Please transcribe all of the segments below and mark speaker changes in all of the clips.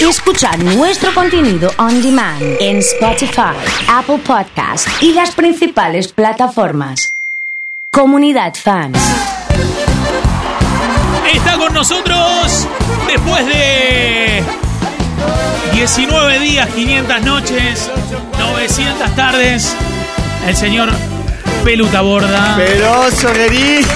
Speaker 1: y escuchar nuestro contenido on demand en Spotify, Apple Podcast y las principales plataformas. Comunidad Fan.
Speaker 2: Está con nosotros después de 19 días, 500 noches, 900 tardes, el señor Peluta Borda.
Speaker 3: Peroso, querido.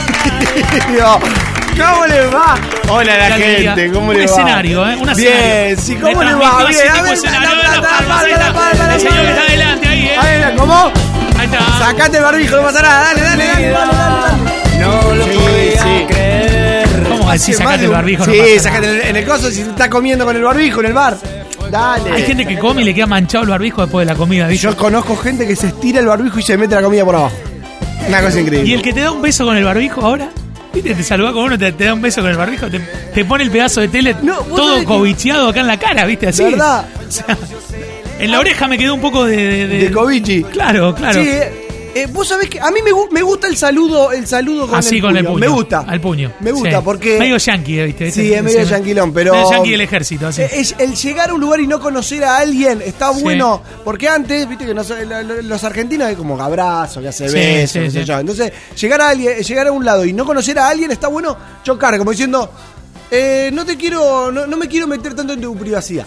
Speaker 3: ¿Cómo le va? Hola a la gente, ¿cómo
Speaker 2: un
Speaker 3: le va?
Speaker 2: escenario, ¿eh? Un
Speaker 3: Bien,
Speaker 2: escenario.
Speaker 3: sí, ¿cómo le
Speaker 2: Retransmitido
Speaker 3: va?
Speaker 2: así,
Speaker 3: Bien, a
Speaker 2: tipo
Speaker 3: ver,
Speaker 2: escenario.
Speaker 3: la- la-
Speaker 2: Las
Speaker 3: la-
Speaker 2: palmas,
Speaker 3: la-
Speaker 2: ahí está.
Speaker 3: la- la- la-
Speaker 2: El señor que
Speaker 3: la-
Speaker 2: está adelante ahí, ¿eh?
Speaker 3: A ver, ¿cómo?
Speaker 2: Ahí está.
Speaker 3: Sacate el barbijo, no pasa nada. Dale, dale, dale, dale, dale. No lo podía creer.
Speaker 2: ¿Cómo así Ah, sacate el barbijo? No
Speaker 3: Sí,
Speaker 2: pasa nada.
Speaker 3: sacate en el- en el coso si está comiendo con el barbijo en el bar. Dale.
Speaker 2: Hay gente que come y le queda manchado el barbijo después de la comida, ¿viste?
Speaker 3: Yo conozco gente que se estira el barbijo y se mete la comida por abajo. Una cosa increíble.
Speaker 2: Y el que te da un beso con el barbijo ahora, ¿viste? Te saluda con uno, te, te da un beso con el barbijo, te, te pone el pedazo de tele
Speaker 3: No, vos
Speaker 2: todo
Speaker 3: sabés que-
Speaker 2: cobicheado acá en la cara, ¿viste? Así.
Speaker 3: ¿Verdad?
Speaker 2: O sea, en la oreja me quedó un poco de. De, de-
Speaker 3: De Covici.
Speaker 2: Claro, claro.
Speaker 3: Sí, eh, eh, vos sabés que a mí me, gu- me gusta el saludo, el saludo con,
Speaker 2: Así
Speaker 3: el,
Speaker 2: con
Speaker 3: puño.
Speaker 2: el puño.
Speaker 3: Me gusta.
Speaker 2: Al puño.
Speaker 3: Me gusta
Speaker 2: Sí.
Speaker 3: porque
Speaker 2: Medio yankee, ¿viste?
Speaker 3: Sí, es medio yanquilón, pero-
Speaker 2: Medio yankee del ejército, así.
Speaker 3: eh, es el llegar a un lugar y no conocer a alguien está
Speaker 2: Sí.
Speaker 3: bueno. Porque antes, viste que nos- lo- lo- los argentinos hay como que abrazo, que hace
Speaker 2: Sí,
Speaker 3: besos,
Speaker 2: sí,
Speaker 3: qué sé
Speaker 2: sí.
Speaker 3: yo. Entonces, llegar a alguien, llegar a un lado y no conocer a alguien está bueno chocar, como diciendo, eh, no te quiero, no, no me quiero meter tanto en tu privacidad.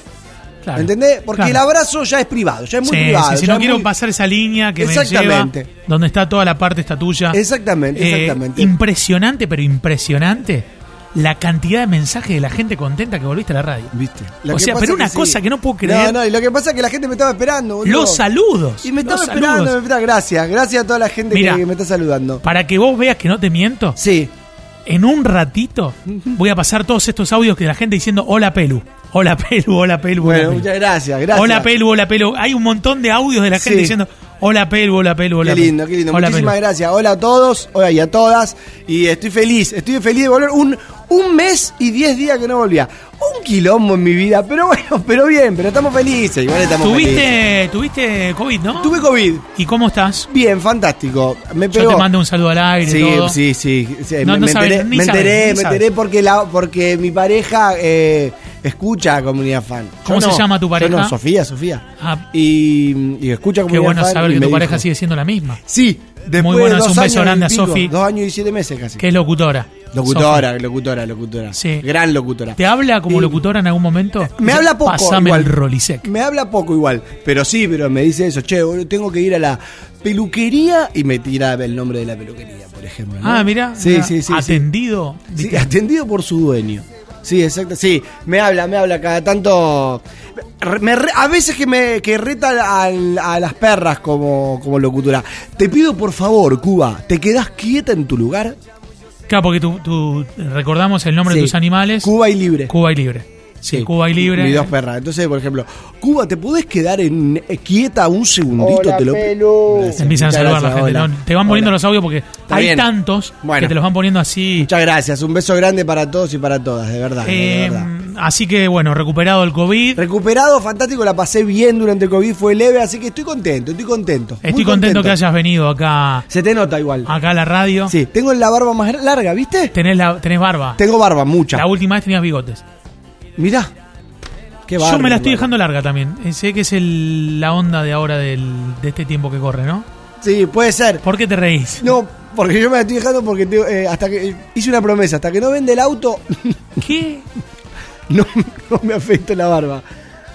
Speaker 2: Claro.
Speaker 3: ¿Entendés? Porque
Speaker 2: Claro.
Speaker 3: el abrazo ya es privado, ya es muy
Speaker 2: Sí,
Speaker 3: privado.
Speaker 2: sí, sí,
Speaker 3: ya
Speaker 2: no
Speaker 3: es
Speaker 2: quiero
Speaker 3: muy-
Speaker 2: pasar esa línea que me lleva
Speaker 3: Exactamente.
Speaker 2: donde está toda la parte esta tuya.
Speaker 3: Exactamente,
Speaker 2: Eh,
Speaker 3: exactamente.
Speaker 2: impresionante, pero impresionante la cantidad de mensajes de la gente contenta que volviste a la radio.
Speaker 3: ¿Viste?
Speaker 2: O
Speaker 3: que
Speaker 2: sea,
Speaker 3: pasa
Speaker 2: pero una
Speaker 3: sí.
Speaker 2: cosa que no puedo creer.
Speaker 3: No, no, y lo que pasa es que la gente me estaba esperando, boludo.
Speaker 2: Los saludos.
Speaker 3: Y me estaba
Speaker 2: los
Speaker 3: esperando,
Speaker 2: saludos.
Speaker 3: me estaba. Gracias, gracias a toda la gente
Speaker 2: Mirá.
Speaker 3: que, que me está saludando.
Speaker 2: Para que vos veas que no te miento,
Speaker 3: Sí.
Speaker 2: en un ratito voy a pasar todos estos audios que la gente diciendo hola Pelu, hola Pelu, hola Pelu, hola
Speaker 3: Bueno,
Speaker 2: Pelu.
Speaker 3: muchas gracias, gracias.
Speaker 2: Hola Pelu, hola Pelu. Hay un montón de audios de la gente
Speaker 3: Sí.
Speaker 2: diciendo hola Pelu, hola Pelu, hola
Speaker 3: Qué
Speaker 2: Pelu.
Speaker 3: lindo, qué lindo.
Speaker 2: Hola,
Speaker 3: Muchísimas
Speaker 2: Pelu.
Speaker 3: gracias. Hola a todos, hola y a todas. Y estoy feliz, estoy feliz de volver. Un, un mes y diez días que no volvía. Un quilombo en mi vida, pero bueno, pero bien, pero estamos felices. Igual estamos
Speaker 2: Tuviste,
Speaker 3: felices.
Speaker 2: tuviste COVID, ¿no?
Speaker 3: Tuve COVID.
Speaker 2: ¿Y cómo estás?
Speaker 3: Bien, fantástico. Me
Speaker 2: Yo
Speaker 3: pegó.
Speaker 2: te mando un saludo al aire.
Speaker 3: Sí,
Speaker 2: todo.
Speaker 3: sí, sí, sí.
Speaker 2: No,
Speaker 3: me,
Speaker 2: no
Speaker 3: me
Speaker 2: saben,
Speaker 3: enteré,
Speaker 2: ni
Speaker 3: me
Speaker 2: saben,
Speaker 3: enteré,
Speaker 2: ni
Speaker 3: me
Speaker 2: saben.
Speaker 3: enteré porque, la, porque mi pareja eh, escucha a Comunidad Fan. Yo
Speaker 2: ¿Cómo se
Speaker 3: no,
Speaker 2: llama tu
Speaker 3: yo
Speaker 2: pareja?
Speaker 3: no, Sofía, Sofía.
Speaker 2: Ah.
Speaker 3: Y, y escucha a
Speaker 2: Qué
Speaker 3: Comunidad
Speaker 2: bueno
Speaker 3: Fan
Speaker 2: saber
Speaker 3: y
Speaker 2: que
Speaker 3: me
Speaker 2: tu pareja
Speaker 3: dijo-
Speaker 2: sigue siendo la misma.
Speaker 3: Sí, después
Speaker 2: bueno,
Speaker 3: de
Speaker 2: es
Speaker 3: dos
Speaker 2: un beso
Speaker 3: años y
Speaker 2: grande a
Speaker 3: pico,
Speaker 2: Sofi.
Speaker 3: Dos años y siete meses casi.
Speaker 2: Que es locutora.
Speaker 3: Locutora, locutora, locutora.
Speaker 2: Sí.
Speaker 3: Gran locutora.
Speaker 2: Sofi. ¿Te habla como
Speaker 3: Y-
Speaker 2: locutora en algún momento?
Speaker 3: Me habla poco.
Speaker 2: Pasame
Speaker 3: igual.
Speaker 2: el Rolisec.
Speaker 3: Me habla poco igual. Pero sí, pero me dice eso. Che, boludo, tengo que ir a la peluquería y me tira el nombre de la peluquería, por ejemplo. ¿no?
Speaker 2: Ah, mira.
Speaker 3: Sí, sí, sí. sí.
Speaker 2: Atendido.
Speaker 3: Sí, atendido por su dueño. Sí, exacto. Sí, me habla, me habla cada tanto. Re- me re- a veces que me que reta al- a, las perras como, como locutora. Te pido por favor, Cuba, ¿te quedás quieta en tu lugar?
Speaker 2: Claro, porque tú, tú- recordamos el nombre de
Speaker 3: Sí.
Speaker 2: tus animales.
Speaker 3: Cuba y libre.
Speaker 2: Cuba y Libre. Sí, Cuba y Libre.
Speaker 3: Mis dos perras. Entonces, por ejemplo, Cuba, ¿te podés quedar en, eh, quieta un segundito? te lo... Gracias,
Speaker 2: Empiezan a
Speaker 3: muchas
Speaker 2: saludar la
Speaker 3: gracias,
Speaker 2: gente.
Speaker 3: hola.
Speaker 2: ¿no? Te van poniendo
Speaker 3: Hola.
Speaker 2: los audios porque hay
Speaker 3: bien.
Speaker 2: tantos que
Speaker 3: Bueno.
Speaker 2: te los van poniendo así.
Speaker 3: Muchas gracias. Un beso grande para todos y para todas, de verdad. de
Speaker 2: Eh,
Speaker 3: Ah, verdad.
Speaker 2: así que bueno, recuperado el COVID.
Speaker 3: Recuperado, fantástico, la pasé bien durante el COVID, fue leve, así que estoy contento, estoy contento. muy
Speaker 2: Estoy contento, que Ah, hayas venido acá,
Speaker 3: Se te nota igual.
Speaker 2: acá a la radio.
Speaker 3: Sí, tengo la barba más larga, ¿viste?
Speaker 2: Tenés, la, tenés barba.
Speaker 3: Tengo barba, mucha.
Speaker 2: La última vez tenías bigotes.
Speaker 3: Mirá. Qué barba.
Speaker 2: Yo me la estoy dejando larga también. Eh, Sé que es el- la onda de ahora del, de este tiempo que corre, ¿no?
Speaker 3: Sí, puede ser.
Speaker 2: ¿Por qué te reís?
Speaker 3: No, porque yo me la estoy dejando porque tengo, eh, hasta que eh, hice una promesa, hasta que no vende el auto,
Speaker 2: ¿Qué?
Speaker 3: no, no me afeito la barba.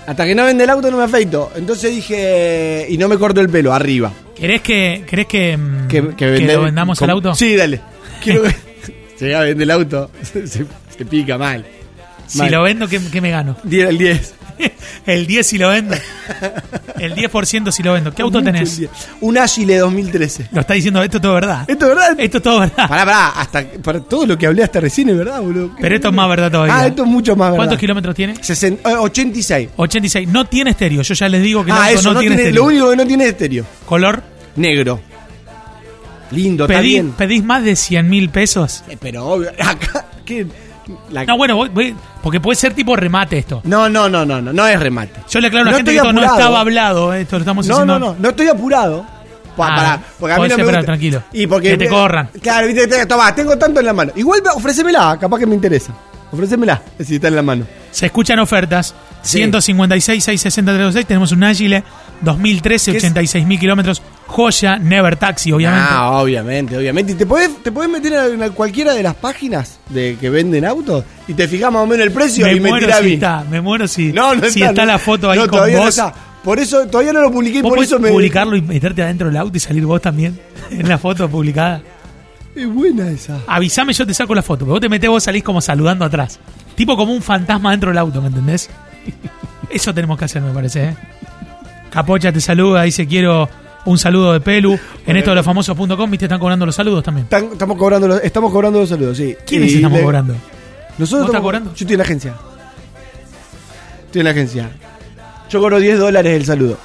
Speaker 3: Hasta que no vende el auto no me afeito. Entonces dije, y no me corto el pelo, arriba.
Speaker 2: ¿Querés que, querés que, mm,
Speaker 3: que,
Speaker 2: que lo vendamos al
Speaker 3: al
Speaker 2: auto?
Speaker 3: Sí, dale. Quiero que- Llega a vender el auto, se, se pica mal.
Speaker 2: Si
Speaker 3: Mal.
Speaker 2: lo vendo, ¿qué, qué me gano?
Speaker 3: 10 al 10.
Speaker 2: el 10 si lo vendo. El 10% si lo vendo. ¿Qué auto tenés?
Speaker 3: Un Agile 2013.
Speaker 2: Lo está diciendo, esto es todo verdad.
Speaker 3: ¿Esto es verdad?
Speaker 2: Esto es todo verdad.
Speaker 3: Pará, pará, hasta para todo lo que hablé hasta recién es verdad, boludo. Qué
Speaker 2: Pero esto es
Speaker 3: lindo.
Speaker 2: más verdad todavía.
Speaker 3: Ah, esto es mucho más verdad.
Speaker 2: ¿Cuántos kilómetros tiene?
Speaker 3: Sesen- eh, 86.
Speaker 2: 86. No tiene estéreo. Yo ya les digo que el
Speaker 3: Ah,
Speaker 2: auto
Speaker 3: eso, no tiene,
Speaker 2: estéreo.
Speaker 3: lo único que no tiene es estéreo.
Speaker 2: Color.
Speaker 3: Negro. Lindo, está
Speaker 2: Pedí-
Speaker 3: bien.
Speaker 2: ¿Pedís más de 100 mil pesos?
Speaker 3: Eh, Pero obvio, acá, ¿qué? La-
Speaker 2: No, bueno, voy- voy- porque puede ser tipo remate esto.
Speaker 3: no, no, no, no, no, no es remate.
Speaker 2: Yo le aclaro a la
Speaker 3: No
Speaker 2: gente que
Speaker 3: estoy
Speaker 2: esto no
Speaker 3: apurado.
Speaker 2: estaba hablado. eh, Esto lo estamos
Speaker 3: No,
Speaker 2: haciendo.
Speaker 3: no, no, no estoy apurado. Pa-
Speaker 2: Ah,
Speaker 3: pará, porque a mí
Speaker 2: podés
Speaker 3: no me
Speaker 2: esperar,
Speaker 3: gusta.
Speaker 2: tranquilo.
Speaker 3: Y porque
Speaker 2: Que te corran.
Speaker 3: Claro, viste, te- tomá, tengo tanto en la mano. Igual ofrécemela, capaz que me interesa. Ofrécemela, si está en la mano.
Speaker 2: Se escuchan ofertas.
Speaker 3: Sí.
Speaker 2: 156, 660, 326. Tenemos un Agile 2013,
Speaker 3: ¿Qué es?
Speaker 2: 86.000 kilómetros. Joya, Never Taxi, obviamente.
Speaker 3: Ah, obviamente, obviamente. ¿Y te podés, te podés meter en la- cualquiera de las páginas de que venden autos? Y te fijas más o menos el precio
Speaker 2: me
Speaker 3: y me
Speaker 2: muero
Speaker 3: tirá a
Speaker 2: si
Speaker 3: mí.
Speaker 2: está, me muero si,
Speaker 3: No, no
Speaker 2: si está,
Speaker 3: no.
Speaker 2: la foto ahí
Speaker 3: No,
Speaker 2: con
Speaker 3: todavía no
Speaker 2: vos.
Speaker 3: está. Por eso, todavía no lo publiqué y
Speaker 2: ¿Vos
Speaker 3: por
Speaker 2: podés
Speaker 3: eso me.
Speaker 2: publicarlo y meterte adentro del auto y salir vos también en la foto publicada?
Speaker 3: Es buena esa.
Speaker 2: Avisame, yo te saco la foto. Pero vos te metés, vos salís como saludando atrás. Tipo como un fantasma dentro del auto, ¿me entendés? Eso tenemos que hacer, me parece. ¿eh? Capocha te saluda, dice quiero un saludo de Pelu. En esto de los famosos.com, viste, están cobrando los saludos también.
Speaker 3: Están- estamos, cobrando los, estamos cobrando los saludos, sí.
Speaker 2: ¿Quiénes
Speaker 3: Y
Speaker 2: estamos
Speaker 3: le-
Speaker 2: cobrando?
Speaker 3: Nosotros
Speaker 2: ¿Vos estás
Speaker 3: estamos-
Speaker 2: cobrando?
Speaker 3: Yo estoy en la agencia. Estoy en la agencia. Yo cobro 10 dólares el saludo.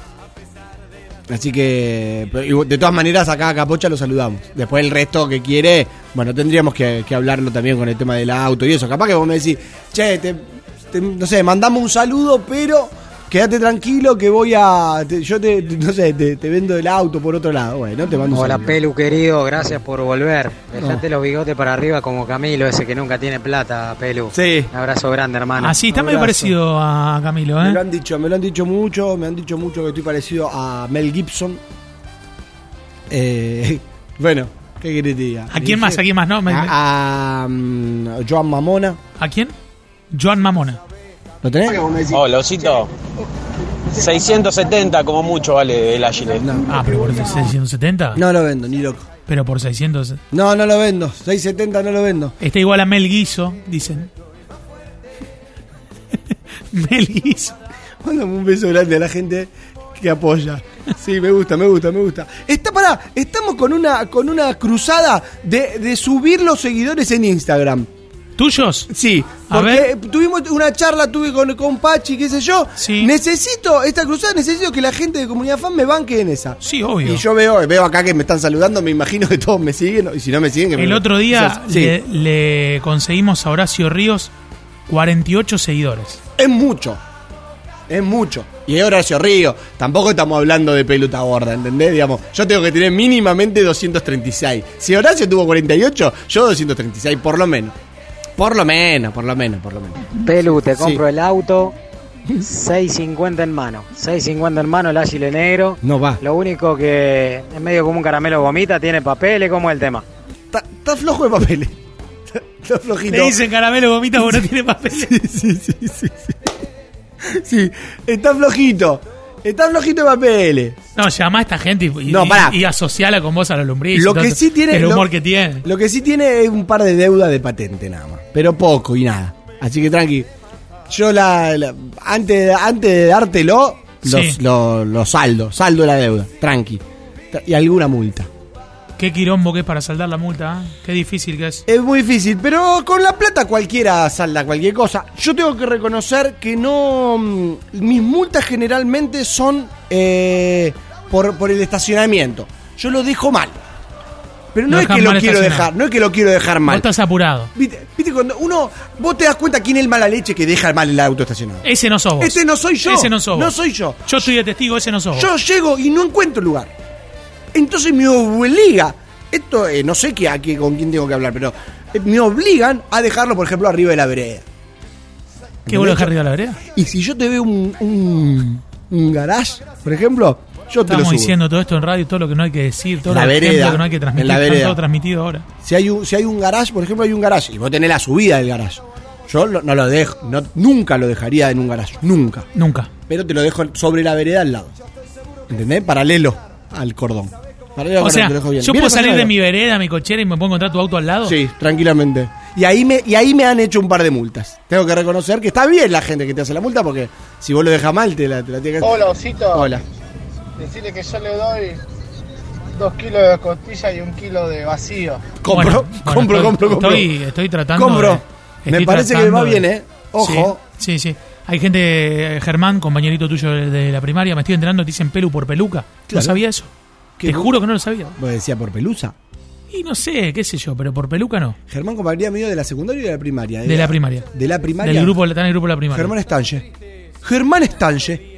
Speaker 3: Así que, pero igual- de todas maneras, acá a Capocha lo saludamos. Después el resto que quiere, bueno, tendríamos que, que hablarlo también con el tema del auto y eso. Capaz que vos me decís, che, te- te- no sé, mandamos un saludo, pero quédate tranquilo que voy a. te- yo te, no sé, te, te vendo el auto por otro lado. Bueno, te mando un
Speaker 4: Hola
Speaker 3: saludo.
Speaker 4: Pelu querido, gracias por volver. Dejate los bigotes para arriba como Camilo ese que nunca tiene plata, Pelu.
Speaker 3: Sí.
Speaker 4: Un abrazo grande, hermano.
Speaker 2: Así, está medio
Speaker 3: Ah, abrazo.
Speaker 2: parecido a Camilo,
Speaker 3: Me lo
Speaker 2: ¿eh?
Speaker 3: han dicho, me lo han dicho mucho, me han dicho mucho que estoy parecido a Mel Gibson. Eh, bueno, ¿qué querés que te diga?
Speaker 2: ¿A quién más? ¿A quién más? No, me-
Speaker 3: Ah,
Speaker 2: me-
Speaker 3: A, a, mm, a Joan Mamona.
Speaker 2: ¿A quién? Joan Mamona.
Speaker 3: ¿Lo tenés?
Speaker 5: Hola, Osito. 670 como mucho vale el Agile.
Speaker 2: Ah, pero por 670.
Speaker 3: No lo vendo, ni loco.
Speaker 2: Pero por 600.
Speaker 3: No, no lo vendo. 670 no lo vendo.
Speaker 2: Está igual a Mel Guiso, dicen. Mel Guiso.
Speaker 3: Mándame un beso grande a la gente que apoya. Sí, me gusta, me gusta, me gusta. Está pará, estamos con una, con una cruzada de, de subir los seguidores en Instagram.
Speaker 2: ¿Tuyos?
Speaker 3: Sí,
Speaker 2: A
Speaker 3: porque
Speaker 2: ver.
Speaker 3: tuvimos una charla, tuve con, con Pachi, qué sé yo.
Speaker 2: Sí.
Speaker 3: Necesito, esta cruzada, necesito que la gente de Comunidad Fan me banque en esa.
Speaker 2: Sí, obvio.
Speaker 3: Y yo veo, veo acá que me están saludando, me imagino que todos me siguen, y si no me siguen... que
Speaker 2: El
Speaker 3: me-
Speaker 2: otro día
Speaker 3: o sea, sí,
Speaker 2: le, le conseguimos a Horacio Ríos 48 seguidores.
Speaker 3: es mucho, es mucho. Y es Horacio Río, tampoco estamos hablando de pelota gorda, ¿entendés? Digamos, yo tengo que tener mínimamente 236. Si Horacio tuvo 48, yo 236, por lo menos. Por lo menos, por lo menos, por lo menos.
Speaker 4: Pelu, te
Speaker 3: Sí.
Speaker 4: compro el auto. 650 en mano. 650 en mano el ágil negro.
Speaker 3: No va.
Speaker 4: Lo único que es medio como un caramelo gomita, tiene papeles, ¿cómo es el tema?
Speaker 3: Está, está flojo de papeles. Está, está flojito.
Speaker 2: Le dicen caramelo gomita, vos no tiene papel.
Speaker 3: sí, sí, sí, sí. Sí, está flojito. Está flojito de papeles.
Speaker 2: No, llama a esta gente y, y-
Speaker 3: No, pará.
Speaker 2: y asociala con vos a la lombriz.
Speaker 3: Lo
Speaker 2: y todo
Speaker 3: que
Speaker 2: esto.
Speaker 3: sí tiene.
Speaker 2: El
Speaker 3: lo-
Speaker 2: humor que tiene.
Speaker 3: Lo que sí tiene es un par de deudas de patente nada más. Pero poco y nada. Así que tranqui. Yo la. la- antes, antes de dártelo, los,
Speaker 2: Sí.
Speaker 3: lo, lo saldo. Saldo la deuda. Tranqui. Tra- Y alguna multa.
Speaker 2: Qué quirombo que es para saldar la multa. ¿eh? Qué difícil que es.
Speaker 3: Es muy difícil, pero con la plata cualquiera salda cualquier cosa. Yo tengo que reconocer que no. mm, Mis multas generalmente son eh, por, por el estacionamiento. Yo lo dejo mal. Pero no
Speaker 2: Lo
Speaker 3: es que
Speaker 2: dejan
Speaker 3: lo
Speaker 2: mal
Speaker 3: quiero
Speaker 2: estacionado.
Speaker 3: dejar, no es que lo quiero dejar
Speaker 2: Vos
Speaker 3: mal.
Speaker 2: estás apurado.
Speaker 3: Viste, viste cuando uno. Vos te das cuenta quién es el mala leche que deja mal el auto estacionado.
Speaker 2: Ese no sos Eh, vos.
Speaker 3: Ese Este no soy yo.
Speaker 2: Ese no sos
Speaker 3: No
Speaker 2: vos.
Speaker 3: soy yo.
Speaker 2: Yo estoy de testigo, ese no sos vos.
Speaker 3: Yo llego y no encuentro lugar. Entonces me obliga. Esto eh, no sé qué, a qué- con quién tengo que hablar, pero eh, me obligan a dejarlo, por ejemplo, arriba de la vereda.
Speaker 2: ¿Qué vos lo dejás arriba de la vereda?
Speaker 3: Y si yo te veo un, un, un garage, por ejemplo, yo te lo
Speaker 2: Estamos
Speaker 3: subo.
Speaker 2: diciendo todo esto en radio, todo lo que no hay que decir, todo
Speaker 3: La
Speaker 2: lo
Speaker 3: vereda,
Speaker 2: que no hay que transmitir,
Speaker 3: en la
Speaker 2: está
Speaker 3: vereda.
Speaker 2: todo transmitido ahora.
Speaker 3: Si hay, un, si hay un garage, por ejemplo, hay un garage, y vos tenés la subida del garage. Yo lo- no lo dejo, no- nunca lo dejaría en un garage, nunca.
Speaker 2: Nunca.
Speaker 3: Pero te lo dejo sobre la vereda al lado. ¿Entendés? Paralelo al cordón. Paralelo al
Speaker 2: O
Speaker 3: cordón,
Speaker 2: sea,
Speaker 3: te lo dejo bien.
Speaker 2: yo
Speaker 3: Bien
Speaker 2: puedo salir de
Speaker 3: estacionado.
Speaker 2: mi vereda, mi cochera y me puedo encontrar tu auto al lado.
Speaker 3: Sí, tranquilamente. Y ahí, me, y ahí me han hecho un par de multas. Tengo que reconocer que está bien la gente que te hace la multa porque si vos lo dejas mal te la, te la tiene que
Speaker 6: Hola, Osito.
Speaker 3: Hola.
Speaker 6: Decirle que yo le doy dos kilos de costilla y un kilo de vacío.
Speaker 3: Compro,
Speaker 2: Bueno, bueno,
Speaker 3: compro,
Speaker 2: estoy-
Speaker 3: compro, compro.
Speaker 2: Estoy, estoy tratando.
Speaker 3: Compro.
Speaker 2: de-
Speaker 3: Me
Speaker 2: estoy
Speaker 3: parece que
Speaker 2: tratando
Speaker 3: va
Speaker 2: de-
Speaker 3: bien, ¿eh? Ojo.
Speaker 2: Sí, sí. sí. Hay gente, eh, Germán, compañerito tuyo de, de la primaria, me estoy enterando, te dicen pelu por peluca. No
Speaker 3: Claro.
Speaker 2: sabía eso.
Speaker 3: Qué
Speaker 2: Te
Speaker 3: bu-
Speaker 2: juro que no lo sabía.
Speaker 3: Vos decía por pelusa.
Speaker 2: Y no sé, qué sé yo, pero por peluca no.
Speaker 3: Germán compañía mío de la secundaria y de la primaria.
Speaker 2: De la primaria.
Speaker 3: De la primaria.
Speaker 2: Del grupo, está en el grupo de la primaria.
Speaker 3: Germán Stange. Germán Stange.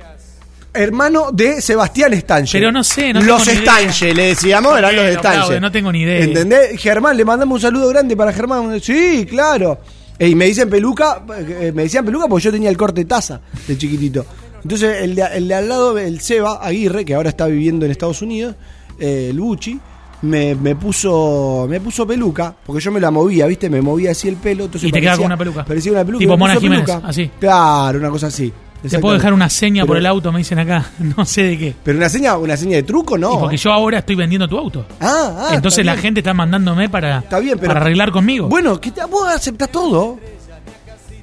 Speaker 3: Hermano de Sebastián Stange.
Speaker 2: Pero no sé, no
Speaker 3: Los
Speaker 2: tengo ni idea.
Speaker 3: Stange, le decíamos, eran
Speaker 2: Ok,
Speaker 3: los
Speaker 2: lo
Speaker 3: Stange.
Speaker 2: aplaudo, no tengo ni idea.
Speaker 3: ¿Entendés? Germán, le mandamos un saludo grande para Germán. Sí, claro. Eh, Y me dicen peluca, eh, me decían peluca porque yo tenía el corte taza de chiquitito. Entonces el de, el de al lado, el Seba Aguirre, que ahora está viviendo en Estados Unidos, eh, el Buchi, me, me puso me puso peluca, porque yo me la movía, ¿viste? Me movía así el pelo. Entonces
Speaker 2: Y te queda
Speaker 3: parecía-
Speaker 2: como una peluca.
Speaker 3: Parecía una peluca.
Speaker 2: Tipo
Speaker 3: me
Speaker 2: Mona
Speaker 3: puso
Speaker 2: Jiménez, así.
Speaker 3: Claro, una cosa así.
Speaker 2: Te puedo
Speaker 3: Exactamente.
Speaker 2: dejar una seña por
Speaker 3: Pero-
Speaker 2: el auto, me dicen acá. No sé de qué.
Speaker 3: Pero una seña, una seña de truco, no.
Speaker 2: Y porque yo ahora estoy vendiendo tu auto.
Speaker 3: Ah, ah,
Speaker 2: Entonces
Speaker 3: está
Speaker 2: la
Speaker 3: bien.
Speaker 2: gente está mandándome para,
Speaker 3: Está bien, pero-
Speaker 2: para arreglar conmigo.
Speaker 3: Bueno, que te- vos aceptás todo.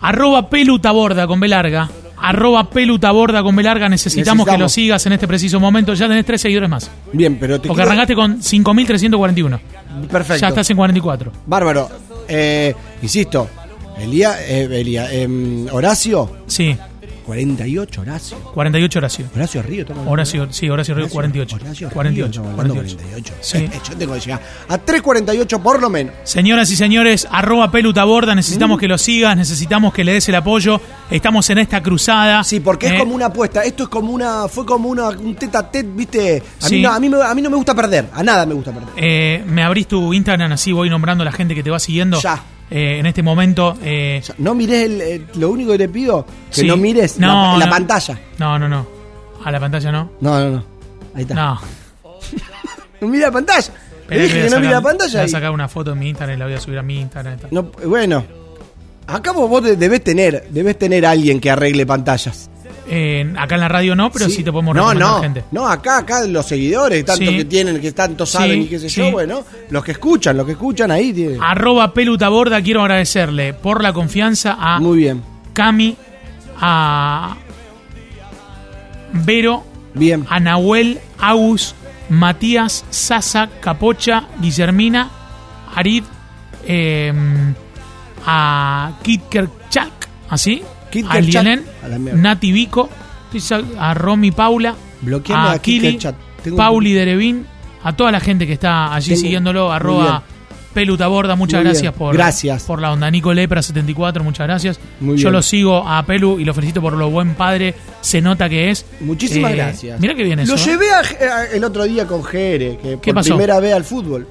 Speaker 2: Arroba pelutaborda con B larga. Arroba pelutaborda con B larga. Necesitamos,
Speaker 3: Necesitamos.
Speaker 2: que lo sigas en este preciso momento. Ya tenés tres seguidores más.
Speaker 3: Bien, pero te
Speaker 2: Porque
Speaker 3: quiero-
Speaker 2: arrancaste con 5.341.
Speaker 3: Perfecto.
Speaker 2: Ya estás en 44.
Speaker 3: Bárbaro. Eh, insisto, Elía, eh, Elía, em, Horacio,
Speaker 2: Sí,
Speaker 3: 48, Horacio.
Speaker 2: 48 Horacio.
Speaker 3: Horacio Río, estamos hablando.
Speaker 2: Horacio, sí, Horacio Río,
Speaker 3: Horacio-
Speaker 2: 48.
Speaker 3: Horacio Río,
Speaker 2: 48.
Speaker 3: estamos hablando
Speaker 2: 48.
Speaker 3: 48.
Speaker 2: Sí.
Speaker 3: Eh, yo tengo que llegar a 3.48 por lo menos.
Speaker 2: Señoras y señores, arroba pelutaborda, necesitamos
Speaker 3: Mm.
Speaker 2: que lo sigas, necesitamos que le des el apoyo. Estamos en esta cruzada.
Speaker 3: Sí, porque
Speaker 2: Eh,
Speaker 3: es como una apuesta. Esto es como una. Fue como una, un teta a tet, ¿viste? A,
Speaker 2: Sí.
Speaker 3: mí no, a, mí me- a mí no me gusta perder. A nada me gusta perder.
Speaker 2: eh, me abrís tu Instagram, así voy nombrando a la gente que te va siguiendo.
Speaker 3: Ya.
Speaker 2: Eh, en este momento. eh,
Speaker 3: O sea, no mires. el- eh, lo único que te pido que
Speaker 2: sí.
Speaker 3: no mires la-
Speaker 2: No,
Speaker 3: la,
Speaker 2: no.
Speaker 3: pantalla.
Speaker 2: No, no, no. A la pantalla no.
Speaker 3: No, no, no. Ahí está. No,
Speaker 2: No.
Speaker 3: mires la pantalla. Te
Speaker 2: Esperá
Speaker 3: dije
Speaker 2: voy a
Speaker 3: que no mires la
Speaker 2: sacar-
Speaker 3: pantalla.
Speaker 2: Voy a
Speaker 3: y-
Speaker 2: sacar una foto en mi Instagram y la voy a subir a mi Instagram. y tal.
Speaker 3: No, eh, bueno, acá vos, vos de- debés tener, debés tener alguien que arregle pantallas.
Speaker 2: Eh, acá en la radio no, pero sí, te podemos
Speaker 3: no,
Speaker 2: recomendar
Speaker 3: no,
Speaker 2: gente.
Speaker 3: no, acá, acá los seguidores, tanto
Speaker 2: Sí.
Speaker 3: que tienen, que tanto saben
Speaker 2: Sí,
Speaker 3: y qué sé
Speaker 2: sí.
Speaker 3: yo, bueno, los que escuchan, los que escuchan ahí tienen.
Speaker 2: Arroba pelutaborda, quiero agradecerle por la confianza a
Speaker 3: Muy bien,
Speaker 2: Cami, a Vero,
Speaker 3: bien.
Speaker 2: a Nahuel, Agus, Matías, Sasa, Capocha, Guillermina, Arid, eh, a Kitkerchak, así,
Speaker 3: Kit
Speaker 2: a
Speaker 3: Kerchak,
Speaker 2: Lianen,
Speaker 3: a la mierda.
Speaker 2: Nati Vico, estoy sa- a Romy Paula,
Speaker 3: Bloqueame
Speaker 2: a,
Speaker 3: a Kit
Speaker 2: Kili,
Speaker 3: Kerchak. Tengo un-
Speaker 2: Pauli Derevin, a toda la gente que está allí
Speaker 3: Tengo-
Speaker 2: siguiéndolo,
Speaker 3: muy
Speaker 2: arroba Pelutaborda, muchas
Speaker 3: Muy bien.
Speaker 2: gracias por,
Speaker 3: Gracias.
Speaker 2: por la onda. Nico Lepra74, muchas gracias.
Speaker 3: Muy
Speaker 2: Yo
Speaker 3: bien.
Speaker 2: lo sigo a Pelu y lo felicito por lo buen padre, se nota que es.
Speaker 3: Muchísimas
Speaker 2: Eh,
Speaker 3: gracias.
Speaker 2: Mira que bien eso.
Speaker 3: Lo
Speaker 2: ¿eh?
Speaker 3: llevé a- a- el otro día con Jere, que
Speaker 2: ¿Qué
Speaker 3: por
Speaker 2: pasó?
Speaker 3: primera vez al fútbol.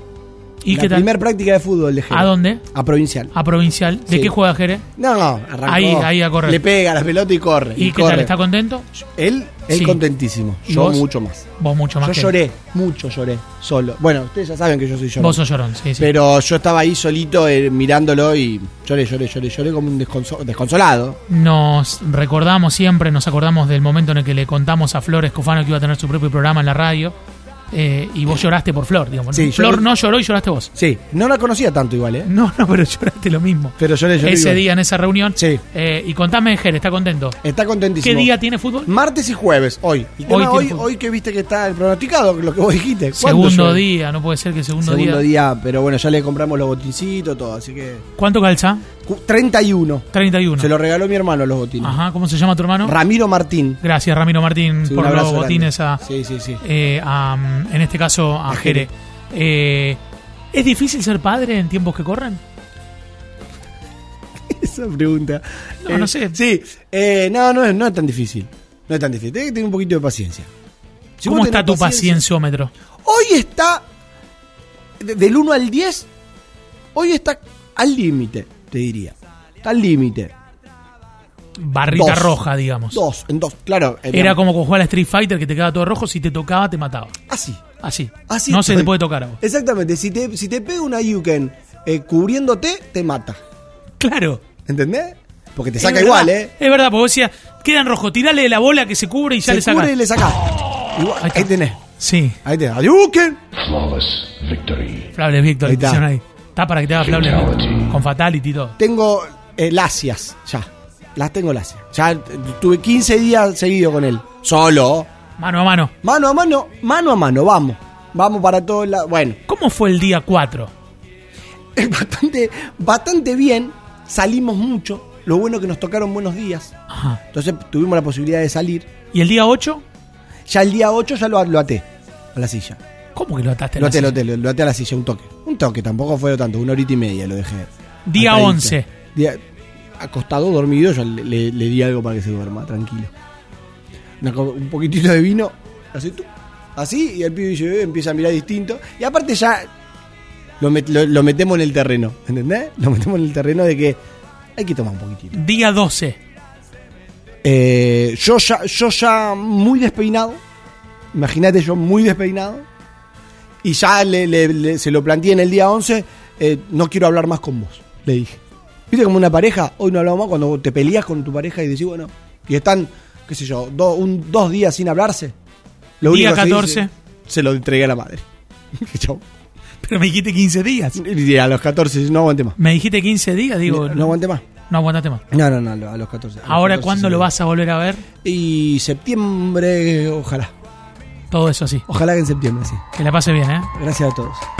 Speaker 2: ¿Y
Speaker 3: la
Speaker 2: qué tal?
Speaker 3: primera práctica de fútbol de Jere.
Speaker 2: ¿A dónde?
Speaker 3: A provincial.
Speaker 2: A Provincial. ¿De
Speaker 3: Sí.
Speaker 2: qué juega Jere?
Speaker 3: No, no, arrancó.
Speaker 2: Ahí- ahí a correr.
Speaker 3: Le pega las pelotas y corre.
Speaker 2: ¿Y, qué
Speaker 3: corre.
Speaker 2: tal? ¿Está contento?
Speaker 3: Él, él
Speaker 2: Sí.
Speaker 3: contentísimo.
Speaker 2: ¿Y
Speaker 3: Yo
Speaker 2: vos?
Speaker 3: mucho más.
Speaker 2: Vos mucho más
Speaker 3: Yo
Speaker 2: que él.
Speaker 3: lloré, mucho lloré, solo. Bueno, ustedes ya saben que yo soy llorón.
Speaker 2: Vos sos llorón, sí, sí.
Speaker 3: Pero yo estaba ahí solito eh, mirándolo y lloré, lloré, lloré, lloré como un desconso- desconsolado.
Speaker 2: Nos recordamos siempre, nos acordamos del momento en el que le contamos a Flor Escofano que iba a tener su propio programa en la radio. eh, y vos lloraste por Flor, digamos.
Speaker 3: Sí, yo-
Speaker 2: Flor no lloró y lloraste vos.
Speaker 3: Sí, no la conocía tanto igual, ¿eh?
Speaker 2: No, no, pero lloraste lo mismo.
Speaker 3: Pero lloré, lloré.
Speaker 2: Ese
Speaker 3: igual.
Speaker 2: día en esa reunión.
Speaker 3: Sí.
Speaker 2: Eh, y contame, Jere, ¿está contento?
Speaker 3: Está
Speaker 2: ¿Qué
Speaker 3: contentísimo.
Speaker 2: día tiene fútbol?
Speaker 3: Martes y jueves, hoy. El
Speaker 2: Hoy
Speaker 3: tema
Speaker 2: tiene
Speaker 3: hoy, hoy,
Speaker 2: fútbol.
Speaker 3: que viste que está el pronosticado, lo que vos dijiste. ¿Cuándo
Speaker 2: Segundo
Speaker 3: llueve?
Speaker 2: día, no puede ser que segundo,
Speaker 3: Segundo
Speaker 2: día.
Speaker 3: día. pero bueno, ya le compramos los botincitos, todo, así que.
Speaker 2: ¿Cuánto calza?
Speaker 3: Cu- 31.
Speaker 2: 31.
Speaker 3: Se lo regaló mi hermano los botines.
Speaker 2: Ajá, ¿cómo se llama tu hermano?
Speaker 3: Ramiro Martín.
Speaker 2: Gracias, Ramiro Martín,
Speaker 3: Sí, un
Speaker 2: por los
Speaker 3: abrazo grande.
Speaker 2: botines a,
Speaker 3: Sí, sí, sí.
Speaker 2: eh, a, mm, en este caso, a,
Speaker 3: A
Speaker 2: Jere.
Speaker 3: Jere.
Speaker 2: Eh, ¿Es difícil ser padre en tiempos que corren?
Speaker 3: Esa pregunta.
Speaker 2: No, no sé.
Speaker 3: Sí, eh, no, no es, no es tan difícil. No es tan difícil. Tenés que tener un poquito de paciencia. Si
Speaker 2: ¿Cómo
Speaker 3: vos
Speaker 2: está
Speaker 3: tenés
Speaker 2: tu pacienciómetro?
Speaker 3: Hoy está de- del 1 al 10. Hoy está al límite, te diría. Está al límite.
Speaker 2: Barrita
Speaker 3: Dos.
Speaker 2: roja, digamos.
Speaker 3: Dos, en dos, claro. en-
Speaker 2: Era como con jugar a Street Fighter que te quedaba todo rojo, si te tocaba te mataba.
Speaker 3: Así.
Speaker 2: Así.
Speaker 3: Así
Speaker 2: no se
Speaker 3: estoy.
Speaker 2: te puede tocar a vos.
Speaker 3: Exactamente. Si te, si te pega una Yuken eh, cubriéndote, te mata.
Speaker 2: Claro.
Speaker 3: ¿Entendés? Porque te
Speaker 2: Es
Speaker 3: saca
Speaker 2: verdad.
Speaker 3: igual, ¿eh?
Speaker 2: Es verdad, porque vos decías, queda en rojo, tirale la bola que se cubre y ya le
Speaker 3: Se
Speaker 2: sacás.
Speaker 3: cubre y le saca. Igual,
Speaker 2: Ahí
Speaker 3: ahí,
Speaker 2: está.
Speaker 3: tenés.
Speaker 2: Sí,
Speaker 3: Ahí tenés. ¡Ayuken!
Speaker 2: Flables Víctor,
Speaker 3: Ahí está.
Speaker 2: pusieron ahí. Está para que te haga Flables Víctor. Con Fatality y todo.
Speaker 3: Tengo eh, lacias, ya. Las tengo lacias. Ya eh, tuve 15 días seguido con él. Solo.
Speaker 2: Mano a mano.
Speaker 3: Mano a mano, mano a mano, vamos. Vamos para todos lados. Bueno,
Speaker 2: ¿Cómo fue el día 4?
Speaker 3: es bastante, bastante bien. Salimos mucho. Lo bueno que nos tocaron buenos días.
Speaker 2: Ajá.
Speaker 3: Entonces tuvimos la posibilidad de salir.
Speaker 2: ¿Y el día 8?
Speaker 3: Ya el día 8 ya lo, lo até a la silla.
Speaker 2: ¿Cómo que lo ataste a
Speaker 3: Lo
Speaker 2: la
Speaker 3: até, lo
Speaker 2: silla?
Speaker 3: até, lo, lo até a la silla, un toque. Un toque, tampoco fue tanto, una horita y media lo dejé.
Speaker 2: Día
Speaker 3: Atadito.
Speaker 2: 11.
Speaker 3: Día- acostado, dormido, yo le, le- le di algo para que se duerma, tranquilo. Una co- un poquitito de vino, así tú. Así, y el pibe dice, eh, empieza a mirar distinto. Y aparte ya lo, met- lo- lo metemos en el terreno, ¿entendés? Lo metemos en el terreno de que, Hay que tomar un poquitito.
Speaker 2: Día 12.
Speaker 3: Eh, yo, ya, yo ya muy despeinado. Imagínate, yo muy despeinado. Y ya le- le- le- se lo planteé en el día 11. eh, no quiero hablar más con vos, le dije. ¿Viste como una pareja? Hoy no hablamos más cuando te peleas con tu pareja y decís, bueno, y están, qué sé yo, do- un- dos días sin hablarse. Lo
Speaker 2: Día
Speaker 3: único que se
Speaker 2: 14.
Speaker 3: dice, se lo entregué a la madre. Chau.
Speaker 2: Pero me dijiste 15 días.
Speaker 3: Y a los 14, no aguante más.
Speaker 2: Me dijiste 15 días, digo.
Speaker 3: no aguante más.
Speaker 2: no aguantate más.
Speaker 3: No, no, no, a los 14. a los
Speaker 2: Ahora,
Speaker 3: 14
Speaker 2: ¿cuándo
Speaker 3: se
Speaker 2: lo vas a volver a ver?
Speaker 3: Y septiembre, ojalá.
Speaker 2: Todo eso así.
Speaker 3: Ojalá que en septiembre, sí.
Speaker 2: Que la pase bien, ¿eh?
Speaker 3: Gracias a todos.